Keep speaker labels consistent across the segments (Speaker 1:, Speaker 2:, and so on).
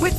Speaker 1: With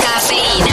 Speaker 2: Cafeína.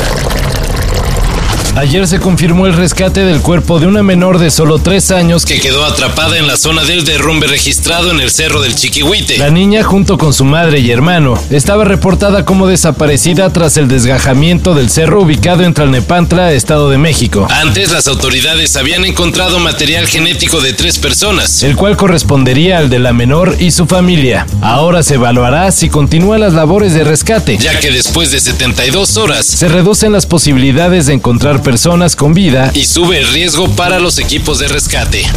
Speaker 3: Ayer se confirmó el rescate del cuerpo de una menor de solo 3 años que quedó atrapada en la zona del derrumbe registrado en el cerro del Chiquihuite. La niña, junto con su madre y hermano, estaba reportada como desaparecida tras el desgajamiento del cerro ubicado en Tlalnepantla, Estado de México. Antes, las autoridades habían encontrado material genético de tres personas, el cual correspondería al de la menor y su familia. Ahora se evaluará si continúan las labores de rescate, ya que después de 72 horas se reducen las posibilidades de encontrar personas con vida y sube el riesgo para los equipos de rescate.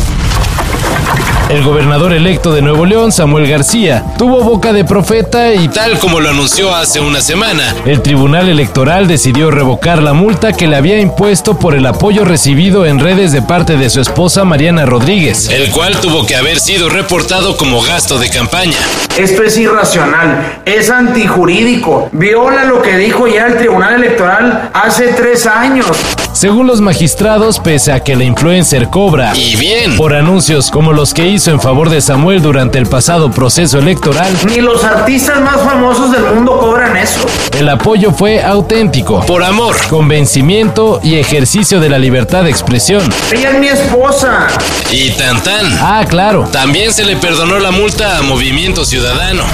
Speaker 3: El gobernador electo de Nuevo León, Samuel García, tuvo boca de profeta y tal como lo anunció hace una semana, el Tribunal Electoral decidió revocar la multa que le había impuesto por el apoyo recibido en redes de parte de su esposa Mariana Rodríguez, el cual tuvo que haber sido reportado como gasto de campaña.
Speaker 4: Esto es irracional, es antijurídico, viola lo que dijo ya el Tribunal Electoral hace tres años.
Speaker 3: Según los magistrados, pese a que la influencer cobra y bien por anuncios como los que hizo en favor de Samuel durante el pasado proceso electoral,
Speaker 4: Ni los artistas más famosos del mundo cobran eso.
Speaker 3: el apoyo fue auténtico, por amor, convencimiento y ejercicio de la libertad de expresión.
Speaker 4: Ella es mi esposa.
Speaker 3: Y tan tan. Ah, claro. También se le perdonó la multa a Movimiento Ciudadano.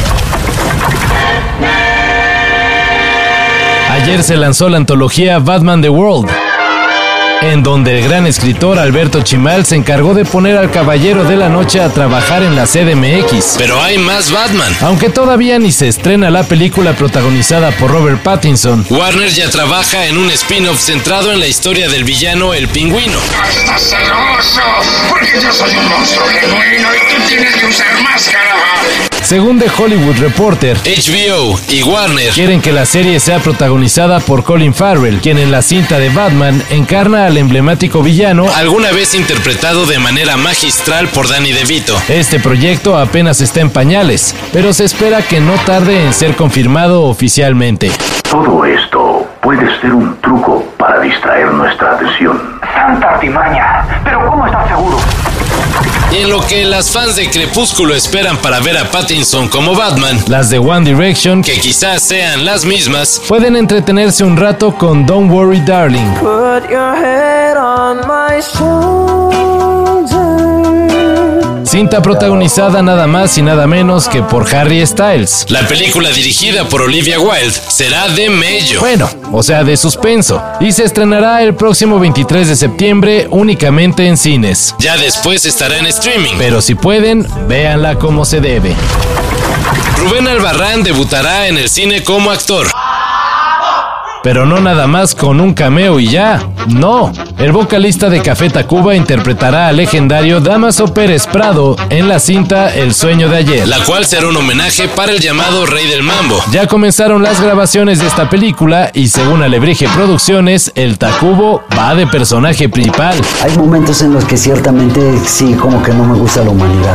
Speaker 3: Ayer se lanzó la antología Batman The World, en donde el gran escritor Alberto Chimal se encargó de poner al Caballero de la Noche a trabajar en la CDMX. Pero hay más Batman. Aunque todavía ni se estrena la película protagonizada por Robert Pattinson, Warner ya trabaja en un spin-off centrado en la historia del villano El Pingüino.
Speaker 5: ¡Estás celoso! Porque yo soy un monstruo genuino y tú tienes que usar máscara.
Speaker 3: Según The Hollywood Reporter, HBO y Warner quieren que la serie sea protagonizada por Colin Farrell, quien en la cinta de Batman encarna al emblemático villano, alguna vez interpretado de manera magistral por Danny DeVito. Este proyecto apenas está en pañales, pero se espera que no tarde en ser confirmado oficialmente.
Speaker 6: Todo esto puede ser un truco para distraer nuestra atención.
Speaker 5: Santa artimaña. ¿Pero cómo estás seguro?
Speaker 3: Y en lo que las fans de Crepúsculo esperan para ver a Pattinson como Batman, las de One Direction, que quizás sean las mismas, pueden entretenerse un rato con Don't Worry Darling. Cinta protagonizada nada más y nada menos que por Harry Styles. La película dirigida por Olivia Wilde será de mello. Bueno, o sea, de suspenso. Y se estrenará el próximo 23 de septiembre únicamente en cines. Ya después estará en streaming. Pero si pueden, véanla como se debe. Rubén Albarrán debutará en el cine como actor. Pero no nada más con un cameo y ya. No, el vocalista de Café Tacuba interpretará al legendario Damaso Pérez Prado en la cinta El sueño de ayer, la cual será un homenaje para el llamado Rey del Mambo. Ya comenzaron las grabaciones de esta película y según Alebrije Producciones, el Tacubo va de personaje principal.
Speaker 7: Hay momentos en los que ciertamente sí, como que no me gusta la humanidad.